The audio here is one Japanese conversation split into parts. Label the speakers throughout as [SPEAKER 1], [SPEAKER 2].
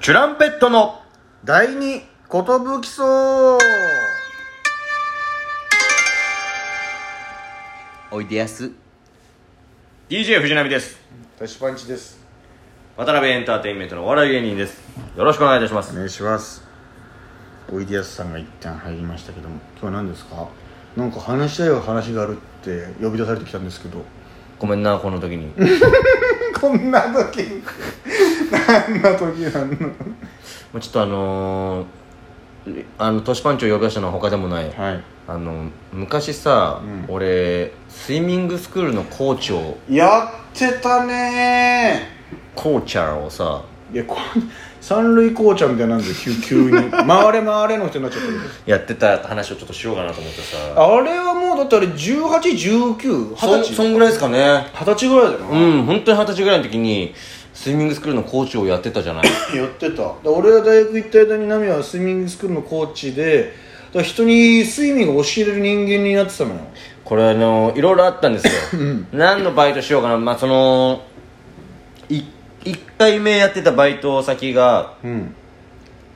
[SPEAKER 1] チュランペットの
[SPEAKER 2] 第二ことぶきそう
[SPEAKER 3] おいでやす
[SPEAKER 1] DJ 藤波です
[SPEAKER 2] ダッシュパンチです
[SPEAKER 1] 渡辺エンターテインメントのお笑い芸人ですよろしくお願いいたしま
[SPEAKER 2] お
[SPEAKER 1] す
[SPEAKER 2] 願いしますおいでやすさんが一旦入りましたけども今日は何ですかなんか話したい話があるって呼び出されてきたんですけど
[SPEAKER 1] ごめんなこの 時に
[SPEAKER 2] こんな時に何の時なの
[SPEAKER 1] もうちょっとあのー、あの年パンチを呼び出したのは他でもない、
[SPEAKER 2] はい
[SPEAKER 1] あの昔さ、
[SPEAKER 2] うん
[SPEAKER 1] 俺スイミングスクールのコーチを
[SPEAKER 2] やってたね
[SPEAKER 1] コーチャーをさ
[SPEAKER 2] いやこ三塁コーチャーみたいなんで急急に 回れ回れの人になっちゃったけど
[SPEAKER 1] やってた話をちょっとしようかなと思ってさ
[SPEAKER 2] あれはもうだってあれ181920
[SPEAKER 1] そん
[SPEAKER 2] 歳
[SPEAKER 1] そんぐらいですかね
[SPEAKER 2] 二十歳ぐらいだよ
[SPEAKER 1] う
[SPEAKER 2] な、
[SPEAKER 1] ん本当に二十歳ぐらいの時にスイミングスクールのコーチをやってたじゃない
[SPEAKER 2] やってただ俺が大学行った間にナミはスイミングスクールのコーチでだから人にスイミングを教えれる人間になってたのよ
[SPEAKER 1] これあのいろいろあったん ですよ、何のバイトしようかなまあそのい一回目やってたバイト先が
[SPEAKER 2] うん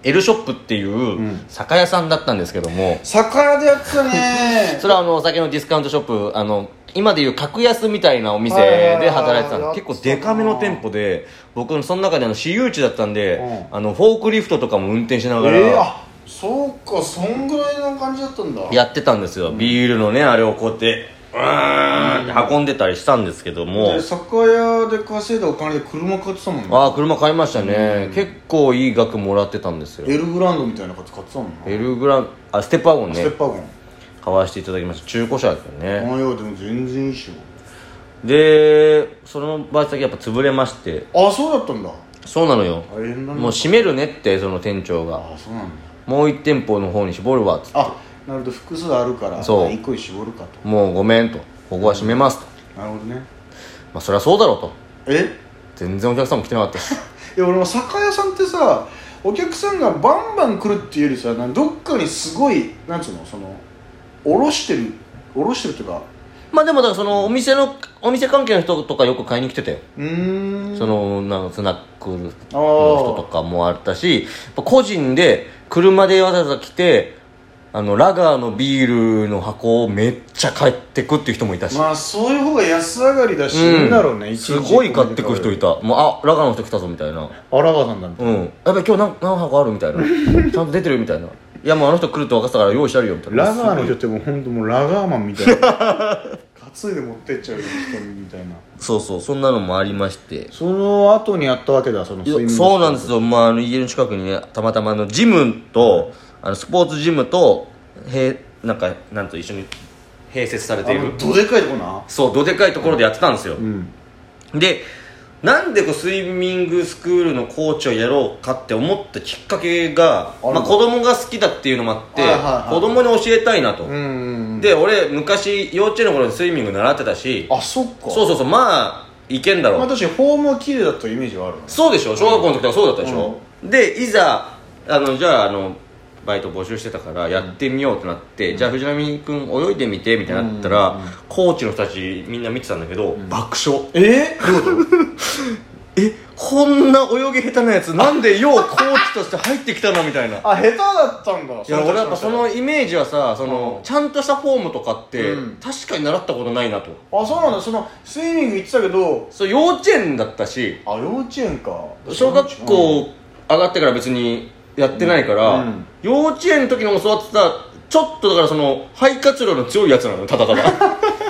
[SPEAKER 1] エルショップっていうん酒屋さんだったんですけども、
[SPEAKER 2] 酒屋でやってた ね
[SPEAKER 1] それはあのお酒のディスカウントショップあの今でいう格安みたいなお店で働いてた
[SPEAKER 2] はいはいは
[SPEAKER 1] の
[SPEAKER 2] い
[SPEAKER 1] 結構デカめの店舗で僕その中であの私有地だったんで、
[SPEAKER 2] う
[SPEAKER 1] あのフォークリフトとかも運転しな
[SPEAKER 2] え
[SPEAKER 1] がら、
[SPEAKER 2] ー、あそうかそんぐらいの感じだったんだ
[SPEAKER 1] やってたんですよ、ビールのねあれをこうやってうーんって運んでたりしたんですけども、
[SPEAKER 2] で酒屋で稼いだお金で車買ってたもんね
[SPEAKER 1] ああ車買いましたね、結構いい額もらってたんですよ
[SPEAKER 2] L グランドみたいなやつ買ってたもんな
[SPEAKER 1] エルグランあステップワゴン
[SPEAKER 2] ス
[SPEAKER 1] ね
[SPEAKER 2] テッパーゴン
[SPEAKER 1] 買わせていただきました中古車ですよ
[SPEAKER 2] あ
[SPEAKER 1] ね、
[SPEAKER 2] あいやでも全然いいっし
[SPEAKER 1] でそのバイト先やっぱ潰れまして
[SPEAKER 2] ょあそうだったんだ
[SPEAKER 1] そうなのよ
[SPEAKER 2] 大変だな
[SPEAKER 1] もう閉めるねってその店長が
[SPEAKER 2] あそうなんだ
[SPEAKER 1] もう1店舗の方に絞るわっつって
[SPEAKER 2] あなるほど複数あるから
[SPEAKER 1] そう
[SPEAKER 2] 一個に絞るかと
[SPEAKER 1] もうごめんとここは閉めますと、
[SPEAKER 2] なるほどね
[SPEAKER 1] まあそりゃそうだろうと
[SPEAKER 2] え
[SPEAKER 1] 全然お客さんも来てなかった し
[SPEAKER 2] いや俺も酒屋さんってさお客さんがバンバン来るっていうよりさなんどっかにすごいなんつうのそのおろしてるおろしてるっていうか
[SPEAKER 1] まあでもだからそのお店のお店関係の人とかよく買いに来てたよ
[SPEAKER 2] うーん
[SPEAKER 1] そのなんかスナックの
[SPEAKER 2] あー
[SPEAKER 1] 人とかもあったしやっぱ個人で車でわざわざ来てあのラガーのビールの箱をめっちゃ買ってくっていう人もいたし、
[SPEAKER 2] まあそういう方が安上がりだし、
[SPEAKER 1] うん
[SPEAKER 2] いいんだろうね
[SPEAKER 1] すごい買ってく人い
[SPEAKER 2] た
[SPEAKER 1] たもうあラガーの人来たぞみたいな
[SPEAKER 2] あらがさんだみたい
[SPEAKER 1] うんやっぱり今日何何箱あるみたい なちゃんと出てるみたいないやもうあの人来るって分かってたから用意してあるよみたいな
[SPEAKER 2] ラガーの
[SPEAKER 1] すごい
[SPEAKER 2] 人ってもう本当もうラガーマンみたいな 担いで持ってっちゃうよ人みたいな
[SPEAKER 1] そうそうそんなのもありまして
[SPEAKER 2] その後にやったわけだその
[SPEAKER 1] いや
[SPEAKER 2] 睡眠
[SPEAKER 1] そうなんですよ、まあ、あの家の近くにねたまたまあのジムとあのスポーツジムとへなんかなんと一緒に併設され
[SPEAKER 2] あ
[SPEAKER 1] ている
[SPEAKER 2] のどでかいとこな
[SPEAKER 1] そうどでかいところでやってたんですよ、
[SPEAKER 2] うん
[SPEAKER 1] でなんでこうスイミングスクールのコーチをやろうかって思ったきっかけが
[SPEAKER 2] ある
[SPEAKER 1] まあ、子供が好きだっていうのもあって、
[SPEAKER 2] はいはいはい
[SPEAKER 1] 子供に教えたいなと、
[SPEAKER 2] うんうんうん
[SPEAKER 1] で俺昔幼稚園の頃にスイミング習ってたし
[SPEAKER 2] あそっか
[SPEAKER 1] そうそうそうまあいけんだろう
[SPEAKER 2] まあ確かにフォームは綺麗だったイメージはあるな
[SPEAKER 1] そうでしょ小学校の時とかそうだったでしょ、でいざあのじゃああのバイト募集してたからやってみようってなって、じゃあ藤波君泳いでみてみたいになったら、コーチの人たちみんな見てたんだけど、爆笑
[SPEAKER 2] えー、どういうこ
[SPEAKER 1] えこんな泳ぎ下手なやつなんでようコーチとして入ってきたのみたい な
[SPEAKER 2] とあ下手だったんだ
[SPEAKER 1] いや俺やっぱそのイメージはさその、
[SPEAKER 2] うん
[SPEAKER 1] ちゃんとしたフォームとかって、
[SPEAKER 2] うん
[SPEAKER 1] 確かに習ったことないなと
[SPEAKER 2] あそうなんだそのスイミング行ってたけど
[SPEAKER 1] そう幼稚園だったし
[SPEAKER 2] あ幼稚園か
[SPEAKER 1] 小学校上がってから別にやってないから、
[SPEAKER 2] うんうん
[SPEAKER 1] 幼稚園の時に教わってたちょっとだからその肺活量の強いやつなのよただただ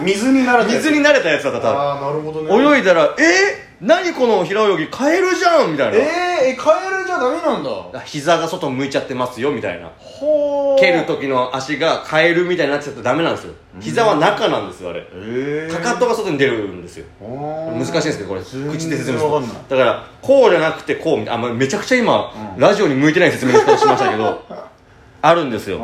[SPEAKER 2] 水になら
[SPEAKER 1] 水に慣れたやつだただ
[SPEAKER 2] ああなるほどね
[SPEAKER 1] 泳いだら「え何この平泳ぎカエルじゃん」みたいな、
[SPEAKER 2] えー、えカエルじゃダメなんだ
[SPEAKER 1] 膝が外向いちゃってますよみたいな
[SPEAKER 2] ほー
[SPEAKER 1] 蹴る時の足がカエルみたいになっちゃってダメなんですよ膝は中なんですよあれ
[SPEAKER 2] えー、
[SPEAKER 1] かかとが外に出るんですよ難
[SPEAKER 2] 難
[SPEAKER 1] しいんですけどこれ口で説明する
[SPEAKER 2] わかんない
[SPEAKER 1] だからこうじゃなくてこうみたいなあまあめちゃくちゃ今、ラジオに向いてない説明の仕方しましたけ どあるんですよ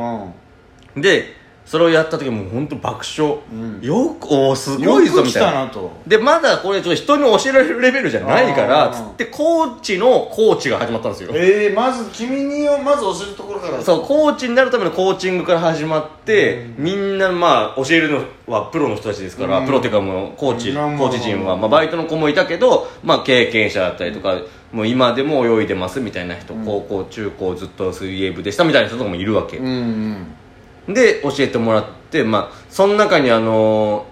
[SPEAKER 1] でそれをやった時もう本当爆笑、
[SPEAKER 2] うん
[SPEAKER 1] よくおーす
[SPEAKER 2] よ
[SPEAKER 1] ごいぞ
[SPEAKER 2] く
[SPEAKER 1] み
[SPEAKER 2] 来
[SPEAKER 1] たいな
[SPEAKER 2] たなと
[SPEAKER 1] でまだこれちょっと人に教えられるレベルじゃないから
[SPEAKER 2] あ
[SPEAKER 1] つ
[SPEAKER 2] ー
[SPEAKER 1] ってコーチのコーチが始まったんですよ
[SPEAKER 2] えー、まず君にまず教えるところから
[SPEAKER 1] そうコーチになるためのコーチングから始まって、みんなまあ教えるのはプロの人たちですから、
[SPEAKER 2] うん
[SPEAKER 1] プロっていうかもうコーチ、
[SPEAKER 2] うん
[SPEAKER 1] コーチ陣は、まあ、バイトの子もいたけど、まあ、経験者だったりとか、もう今でも泳いでますみたいな人、高校中高ずっと水泳部でしたみたいな人とかもいるわけ、
[SPEAKER 2] うんうん
[SPEAKER 1] で教えてもらってまあその中にあの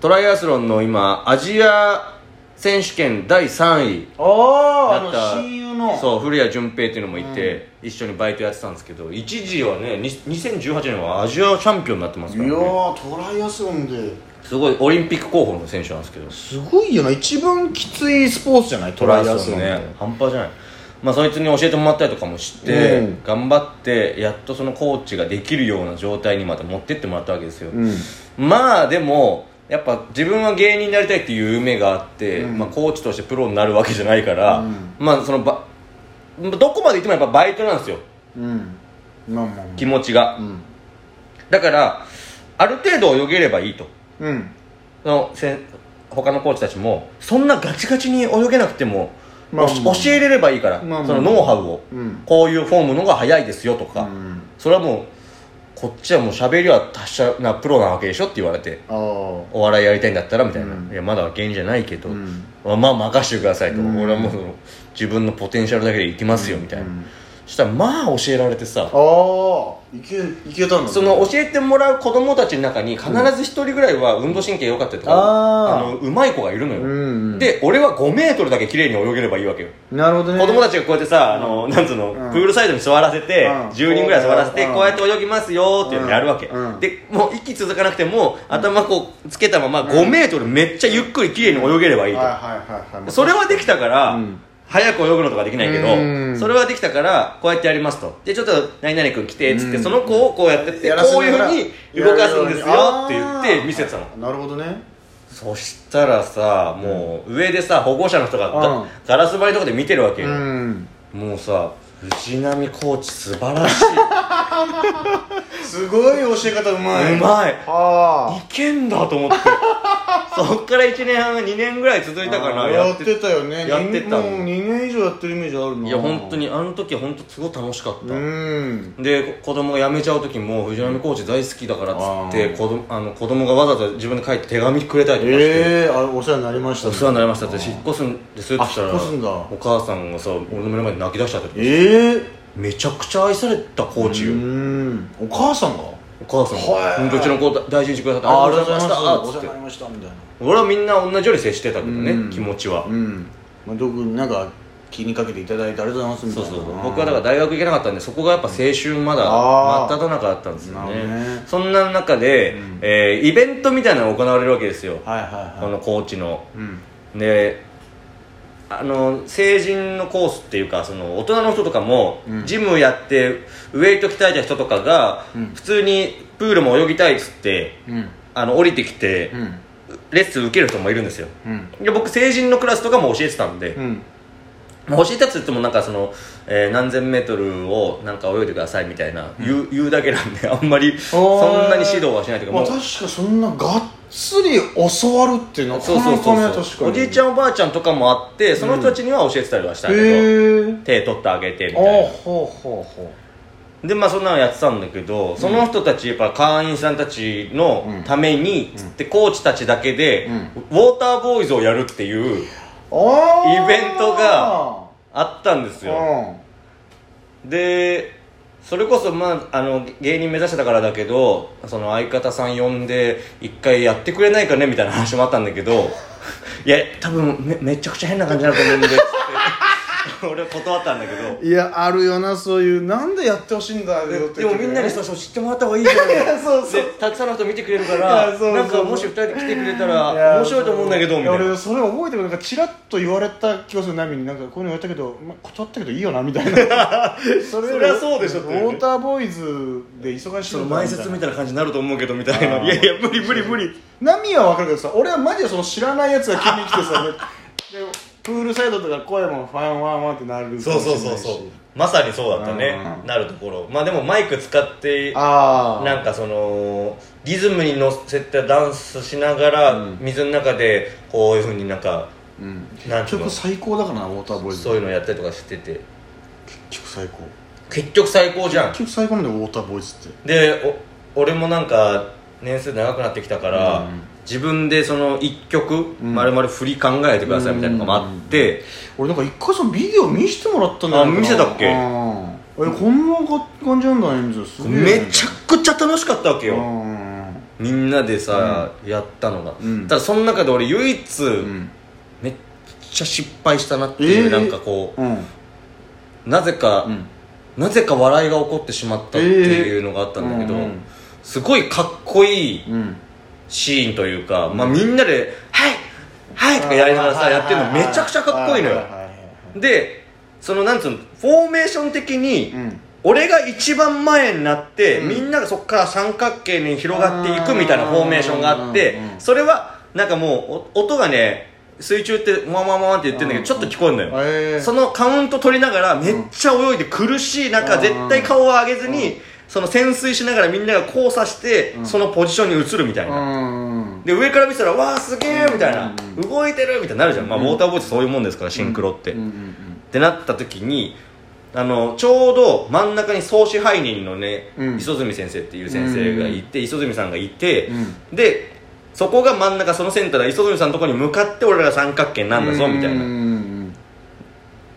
[SPEAKER 1] トライアスロンの今アジア選手権第3位
[SPEAKER 2] あああ
[SPEAKER 1] だ
[SPEAKER 2] の
[SPEAKER 1] った
[SPEAKER 2] 親友の
[SPEAKER 1] そう古谷淳平っていうのもいて、一緒にバイトやってたんですけど一時はねに2018年はアジアチャンピオンになってます
[SPEAKER 2] い
[SPEAKER 1] か
[SPEAKER 2] や
[SPEAKER 1] ら、ね、
[SPEAKER 2] ートライアスロンです
[SPEAKER 1] ごいオリンピック候補の選手なんですけど
[SPEAKER 2] すごいよな一番きついスポーツじゃないトライアスロンって
[SPEAKER 1] ね半端じゃないまあそいつに教えてもらったりとかもして、
[SPEAKER 2] うん
[SPEAKER 1] 頑張ってやっとそのコーチができるような状態にまた持ってってもらったわけですよ、
[SPEAKER 2] うん
[SPEAKER 1] まあでもやっぱ自分は芸人になりたいっていう夢があって、
[SPEAKER 2] うん
[SPEAKER 1] まあ、コーチとしてプロになるわけじゃないから、
[SPEAKER 2] うん
[SPEAKER 1] まあそのばどこまで行ってもやっぱバイトなんですよ
[SPEAKER 2] うんまあまあま
[SPEAKER 1] 気持ちが
[SPEAKER 2] あうん
[SPEAKER 1] だからある程度泳げればいいと
[SPEAKER 2] うん
[SPEAKER 1] そのせん他のコーチたちもそんなガチガチに泳げなくても、
[SPEAKER 2] まあ
[SPEAKER 1] おし
[SPEAKER 2] まあ
[SPEAKER 1] 教えれればいいから、
[SPEAKER 2] まあまあ
[SPEAKER 1] そのノウハウを、
[SPEAKER 2] うん
[SPEAKER 1] こういうフォームの方が早いですよとか、
[SPEAKER 2] うん
[SPEAKER 1] それはもうこっちはもう喋りは達者なプロなわけでしょって言われて
[SPEAKER 2] ああ
[SPEAKER 1] お笑いやりたいんだったらみたいな、
[SPEAKER 2] うん
[SPEAKER 1] いやまだ芸人じゃないけど、
[SPEAKER 2] うん
[SPEAKER 1] まあまあ任してくださいと、
[SPEAKER 2] うん
[SPEAKER 1] 俺はもう自分のポテンシャルだけでいきますよみたいな、そしたらまあ教えられてさ
[SPEAKER 2] ああいけいけたんだね
[SPEAKER 1] その教えてもらう子供たちの中に必ず一人ぐらいは運動神経良かったりとか、
[SPEAKER 2] あー
[SPEAKER 1] のうまい子がいるのよ、
[SPEAKER 2] うん
[SPEAKER 1] で俺は5メートルだけ綺麗に泳げればいいわけよ
[SPEAKER 2] なるほどね
[SPEAKER 1] 子供たちがこうやってさ、あのなんつうの、
[SPEAKER 2] うん
[SPEAKER 1] プールサイドに座らせて、
[SPEAKER 2] うん
[SPEAKER 1] 10人ぐらい座らせて、
[SPEAKER 2] うん
[SPEAKER 1] こうやって泳ぎますよっていうのをやるわけ、
[SPEAKER 2] うんうん
[SPEAKER 1] でもう息続かなくても頭こうつけたまま5メートルめっちゃゆっくり綺麗に泳げればいいと、
[SPEAKER 2] はいはいはいはい
[SPEAKER 1] それはできたから、
[SPEAKER 2] うん
[SPEAKER 1] 早く泳ぐのとかできないけど、
[SPEAKER 2] うん
[SPEAKER 1] それはできたからこうやってやりますとでちょっと何々君来てっつって、
[SPEAKER 2] うん
[SPEAKER 1] その子をこうやってって
[SPEAKER 2] やらせな
[SPEAKER 1] こうい
[SPEAKER 2] が
[SPEAKER 1] う
[SPEAKER 2] ら
[SPEAKER 1] ふうに動かすんですよって言
[SPEAKER 2] やるよう
[SPEAKER 1] っ
[SPEAKER 2] に
[SPEAKER 1] て見せてたの
[SPEAKER 2] あーなるほどね
[SPEAKER 1] そしたらさもう上でさ保護者の人が
[SPEAKER 2] うん
[SPEAKER 1] ガガラス張りとかで見てるわけよ、
[SPEAKER 2] ん
[SPEAKER 1] もうさ藤波コーチ素晴ら しい
[SPEAKER 2] すごい教え方うまいう
[SPEAKER 1] まいい
[SPEAKER 2] はあ
[SPEAKER 1] けんだと思って そっから1年半2年ぐらい続いたかな
[SPEAKER 2] やってたよね
[SPEAKER 1] やってた
[SPEAKER 2] もう2年以上やってるイメージあるない
[SPEAKER 1] いや本当にあの時は本当すごい楽しかった、
[SPEAKER 2] うん
[SPEAKER 1] でこ子供が辞めちゃう時も藤波コーチ大好きだからっつって
[SPEAKER 2] あー
[SPEAKER 1] 子供あの子供がわざわざ自分で書いて手紙くれたりとかして、
[SPEAKER 2] ええあお世話になりました
[SPEAKER 1] お世話になりましたって引っ越すんですって言ったら
[SPEAKER 2] あ引っ越すんだ
[SPEAKER 1] お母さんがさ俺の目の前で泣き出した時
[SPEAKER 2] ええ
[SPEAKER 1] めちゃくちゃ愛されたコーチよ、
[SPEAKER 2] うんお母さんが
[SPEAKER 1] お母さん
[SPEAKER 2] はい
[SPEAKER 1] が本当うちの子を大事にしてくださってありがとうございました
[SPEAKER 2] お世
[SPEAKER 1] つっ
[SPEAKER 2] 話に
[SPEAKER 1] て
[SPEAKER 2] なりましたみたいな
[SPEAKER 1] 俺はみんな同じように接してたけどね、
[SPEAKER 2] うん
[SPEAKER 1] 気持ちは、
[SPEAKER 2] うんまあ特になんか気にかけていただいてありがとうございますみた
[SPEAKER 1] そ
[SPEAKER 2] いうな
[SPEAKER 1] そう僕はだから大学行けなかったんでそこがやっぱ青春まだ真
[SPEAKER 2] あ
[SPEAKER 1] っ
[SPEAKER 2] ー
[SPEAKER 1] 只中だったんですよ
[SPEAKER 2] なる
[SPEAKER 1] ね
[SPEAKER 2] ほどね
[SPEAKER 1] そんな中で、
[SPEAKER 2] ん
[SPEAKER 1] えーイベントみたいなのが行われるわけですよ、
[SPEAKER 2] はいはい
[SPEAKER 1] こ
[SPEAKER 2] はい
[SPEAKER 1] のコーチの
[SPEAKER 2] うん
[SPEAKER 1] であの成人のコースっていうかその大人の人とかも、
[SPEAKER 2] うん
[SPEAKER 1] ジムやってウエイト鍛えた人とかが、
[SPEAKER 2] うん
[SPEAKER 1] 普通にプールも泳ぎたいっつって
[SPEAKER 2] うん
[SPEAKER 1] あの降りてきて、
[SPEAKER 2] うん
[SPEAKER 1] レッスン受ける人もいるんですよ
[SPEAKER 2] うん
[SPEAKER 1] で僕成人のクラスとかも教えてたんで、
[SPEAKER 2] うん
[SPEAKER 1] まあ教えたっつってもなんかその、えー何千メートルをなんか泳いでくださいみたいな、言う言うだけなんであんまりそんなに指導はしないというか
[SPEAKER 2] まあ
[SPEAKER 1] もう
[SPEAKER 2] 確かそんながっつり教わるっていうのはなか
[SPEAKER 1] そうそう
[SPEAKER 2] な
[SPEAKER 1] そ
[SPEAKER 2] かね
[SPEAKER 1] う
[SPEAKER 2] 確
[SPEAKER 1] そ
[SPEAKER 2] か
[SPEAKER 1] う
[SPEAKER 2] に
[SPEAKER 1] おじいちゃんおばあちゃんとかもあってその人たちには教えてたりはしたけど、
[SPEAKER 2] へえ
[SPEAKER 1] 手取ってあげてみ
[SPEAKER 2] ああ
[SPEAKER 1] たいな
[SPEAKER 2] ほうほうほ
[SPEAKER 1] でまあそんなのやってたんだけどその人たちやっぱ会員さんたちのために、つってコーチたちだけで、
[SPEAKER 2] うん
[SPEAKER 1] ウォーターボーイズをやるっていう
[SPEAKER 2] うああ
[SPEAKER 1] イベントがあったんですよ、でそれこそ、まあ、あの芸人目指してたからだけどその相方さん呼んで一回やってくれないかねみたいな話もあったんだけどいや多分めめちゃくちゃ変な感じになると思うんでつって 俺は断ったんだけど
[SPEAKER 2] うんいやあるよなそういうなんでやってほしいんだよ
[SPEAKER 1] でもみんなに
[SPEAKER 2] そ
[SPEAKER 1] そうそう知ってもらった方がいいじゃない
[SPEAKER 2] そうそう
[SPEAKER 1] でたくさんの人見てくれるか
[SPEAKER 2] い
[SPEAKER 1] ら
[SPEAKER 2] やそうそう
[SPEAKER 1] なんかもし二人で来てくれたら面白いと思うんだけどみたいな
[SPEAKER 2] 俺それ覚えてるなんかチラッと言われた気がするナミになんかこういうの言われたけど、まあ、断ったけどいいよなみたい なそ
[SPEAKER 1] そりゃそうでしょ
[SPEAKER 2] ウ
[SPEAKER 1] っていうね
[SPEAKER 2] ォーターボーイズで忙しい
[SPEAKER 1] その
[SPEAKER 2] んだ
[SPEAKER 1] 前説みたいな感じになると思うけどみたいな
[SPEAKER 2] あー
[SPEAKER 1] いやいや無理無理無理
[SPEAKER 2] ナミは分かるけどさ俺はマジでその知らないやつが急に来てさでプールサイドとか声もファンワンワンってなるかもしれ
[SPEAKER 1] そ
[SPEAKER 2] な
[SPEAKER 1] う
[SPEAKER 2] いし
[SPEAKER 1] そうそうそうまさにそうだったね
[SPEAKER 2] うん
[SPEAKER 1] なるところまあでもマイク使って
[SPEAKER 2] ああ
[SPEAKER 1] なんかそのリズムに乗せてダンスしながら、
[SPEAKER 2] うん
[SPEAKER 1] 水の中でこういうふうになんか
[SPEAKER 2] うん
[SPEAKER 1] なんてい
[SPEAKER 2] 結
[SPEAKER 1] うの
[SPEAKER 2] 局最高だからなウォーターボーイズ
[SPEAKER 1] そういうのやったりとかしてて
[SPEAKER 2] 結局最高
[SPEAKER 1] 結局最高じゃん
[SPEAKER 2] 結局最高なんだよウォーターボーイズって
[SPEAKER 1] でお俺もなんか年数長くなってきたから、
[SPEAKER 2] うん
[SPEAKER 1] 自分でその一曲丸々振り考えてくださいみたいなのがあって、
[SPEAKER 2] 俺なんか一回そのビデオ見せてもらったんだよ
[SPEAKER 1] あ見せたっけ
[SPEAKER 2] えこんな感じなんだねみたいなすげえ
[SPEAKER 1] めちゃくちゃ楽しかったわけ
[SPEAKER 2] う
[SPEAKER 1] よ
[SPEAKER 2] ん
[SPEAKER 1] みんなでさ、やったのが、
[SPEAKER 2] うん
[SPEAKER 1] ただその中で俺唯一、
[SPEAKER 2] うん
[SPEAKER 1] めっちゃ失敗したなっていう、
[SPEAKER 2] えー
[SPEAKER 1] なんかこ
[SPEAKER 2] うん
[SPEAKER 1] うなぜか、
[SPEAKER 2] うん
[SPEAKER 1] なぜか笑いが起こってしまったっていうのがあったんだけど、
[SPEAKER 2] えーうんうん
[SPEAKER 1] すごいかっこいい
[SPEAKER 2] うん
[SPEAKER 1] シーンというか、まあ、みんなで「はいはい!」とかやりながらさやってるのめちゃくちゃかっこいいの
[SPEAKER 2] は
[SPEAKER 1] よ
[SPEAKER 2] ははいはい
[SPEAKER 1] でそのなんつうのフォーメーション的に、
[SPEAKER 2] うん
[SPEAKER 1] 俺が一番前になって、
[SPEAKER 2] うん
[SPEAKER 1] みんながそこから三角形に広がっていくみたいなフォーメーションがあって、
[SPEAKER 2] うんうんうん
[SPEAKER 1] それはなんかもうお音がね水中ってワンワンワンって言ってるんだけど、
[SPEAKER 2] うん
[SPEAKER 1] ちょっと聞こえるのよ、
[SPEAKER 2] へー
[SPEAKER 1] そのカウント取りながらめっちゃ泳いで苦しい中、
[SPEAKER 2] うん
[SPEAKER 1] 絶対顔を上げずに、
[SPEAKER 2] う
[SPEAKER 1] その潜水しながらみんなが交差して、
[SPEAKER 2] うん
[SPEAKER 1] そのポジションに移るみたいな、
[SPEAKER 2] うん
[SPEAKER 1] で上から見てたら「わあすげえ!」みたいな、
[SPEAKER 2] うん
[SPEAKER 1] 動いてる!」みたいになるじゃん、まあ、ウ
[SPEAKER 2] うん
[SPEAKER 1] ォーターボーイズそういうもんですからシンクロって、
[SPEAKER 2] うんう
[SPEAKER 1] っ
[SPEAKER 2] んうん
[SPEAKER 1] てなった時にあのちょうど真ん中に総支配人のね、
[SPEAKER 2] うん
[SPEAKER 1] 磯住先生っていう先生がいて、磯住さんがいて、
[SPEAKER 2] うん
[SPEAKER 1] でそこが真ん中そのセンターだ磯住さんのところに向かって俺らが三角形なんだぞみたいな、
[SPEAKER 2] うん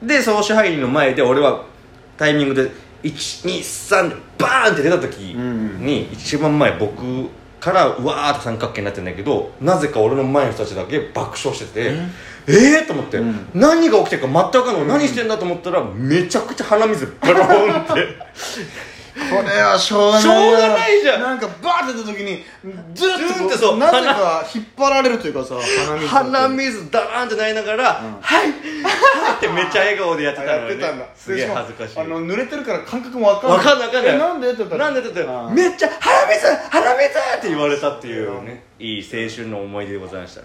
[SPEAKER 2] うん
[SPEAKER 1] で総支配人の前で俺はタイミングで123でバーンって出た時に一番前僕からうわーって三角形になってるんだけどなぜか俺の前の人たちだけ爆笑しててえー、と思って、
[SPEAKER 2] うん
[SPEAKER 1] 何が起きてるか全く分かんない何してんだと思ったらめちゃくちゃ鼻水バローンって
[SPEAKER 2] これはしょうがない
[SPEAKER 1] しょうがないじゃん
[SPEAKER 2] なんかバーって出た時にズー
[SPEAKER 1] ズーン
[SPEAKER 2] ッ
[SPEAKER 1] って
[SPEAKER 2] て
[SPEAKER 1] そ
[SPEAKER 2] そううなぜか引っ張られるというかさ鼻水
[SPEAKER 1] 鼻水ダーンってなりながら「はい!」ってめっちゃ笑顔でやってたの
[SPEAKER 2] やっ
[SPEAKER 1] よ
[SPEAKER 2] て
[SPEAKER 1] ね
[SPEAKER 2] たんだ
[SPEAKER 1] すげえ恥ずかしい
[SPEAKER 2] あの濡れてるから感覚もわかんない
[SPEAKER 1] わかんないわかんない
[SPEAKER 2] えなんでって言ったら
[SPEAKER 1] なんでだって
[SPEAKER 2] あー
[SPEAKER 1] めっちゃ「腹水腹水!」って言われたっていうねいい青春の思い出でございました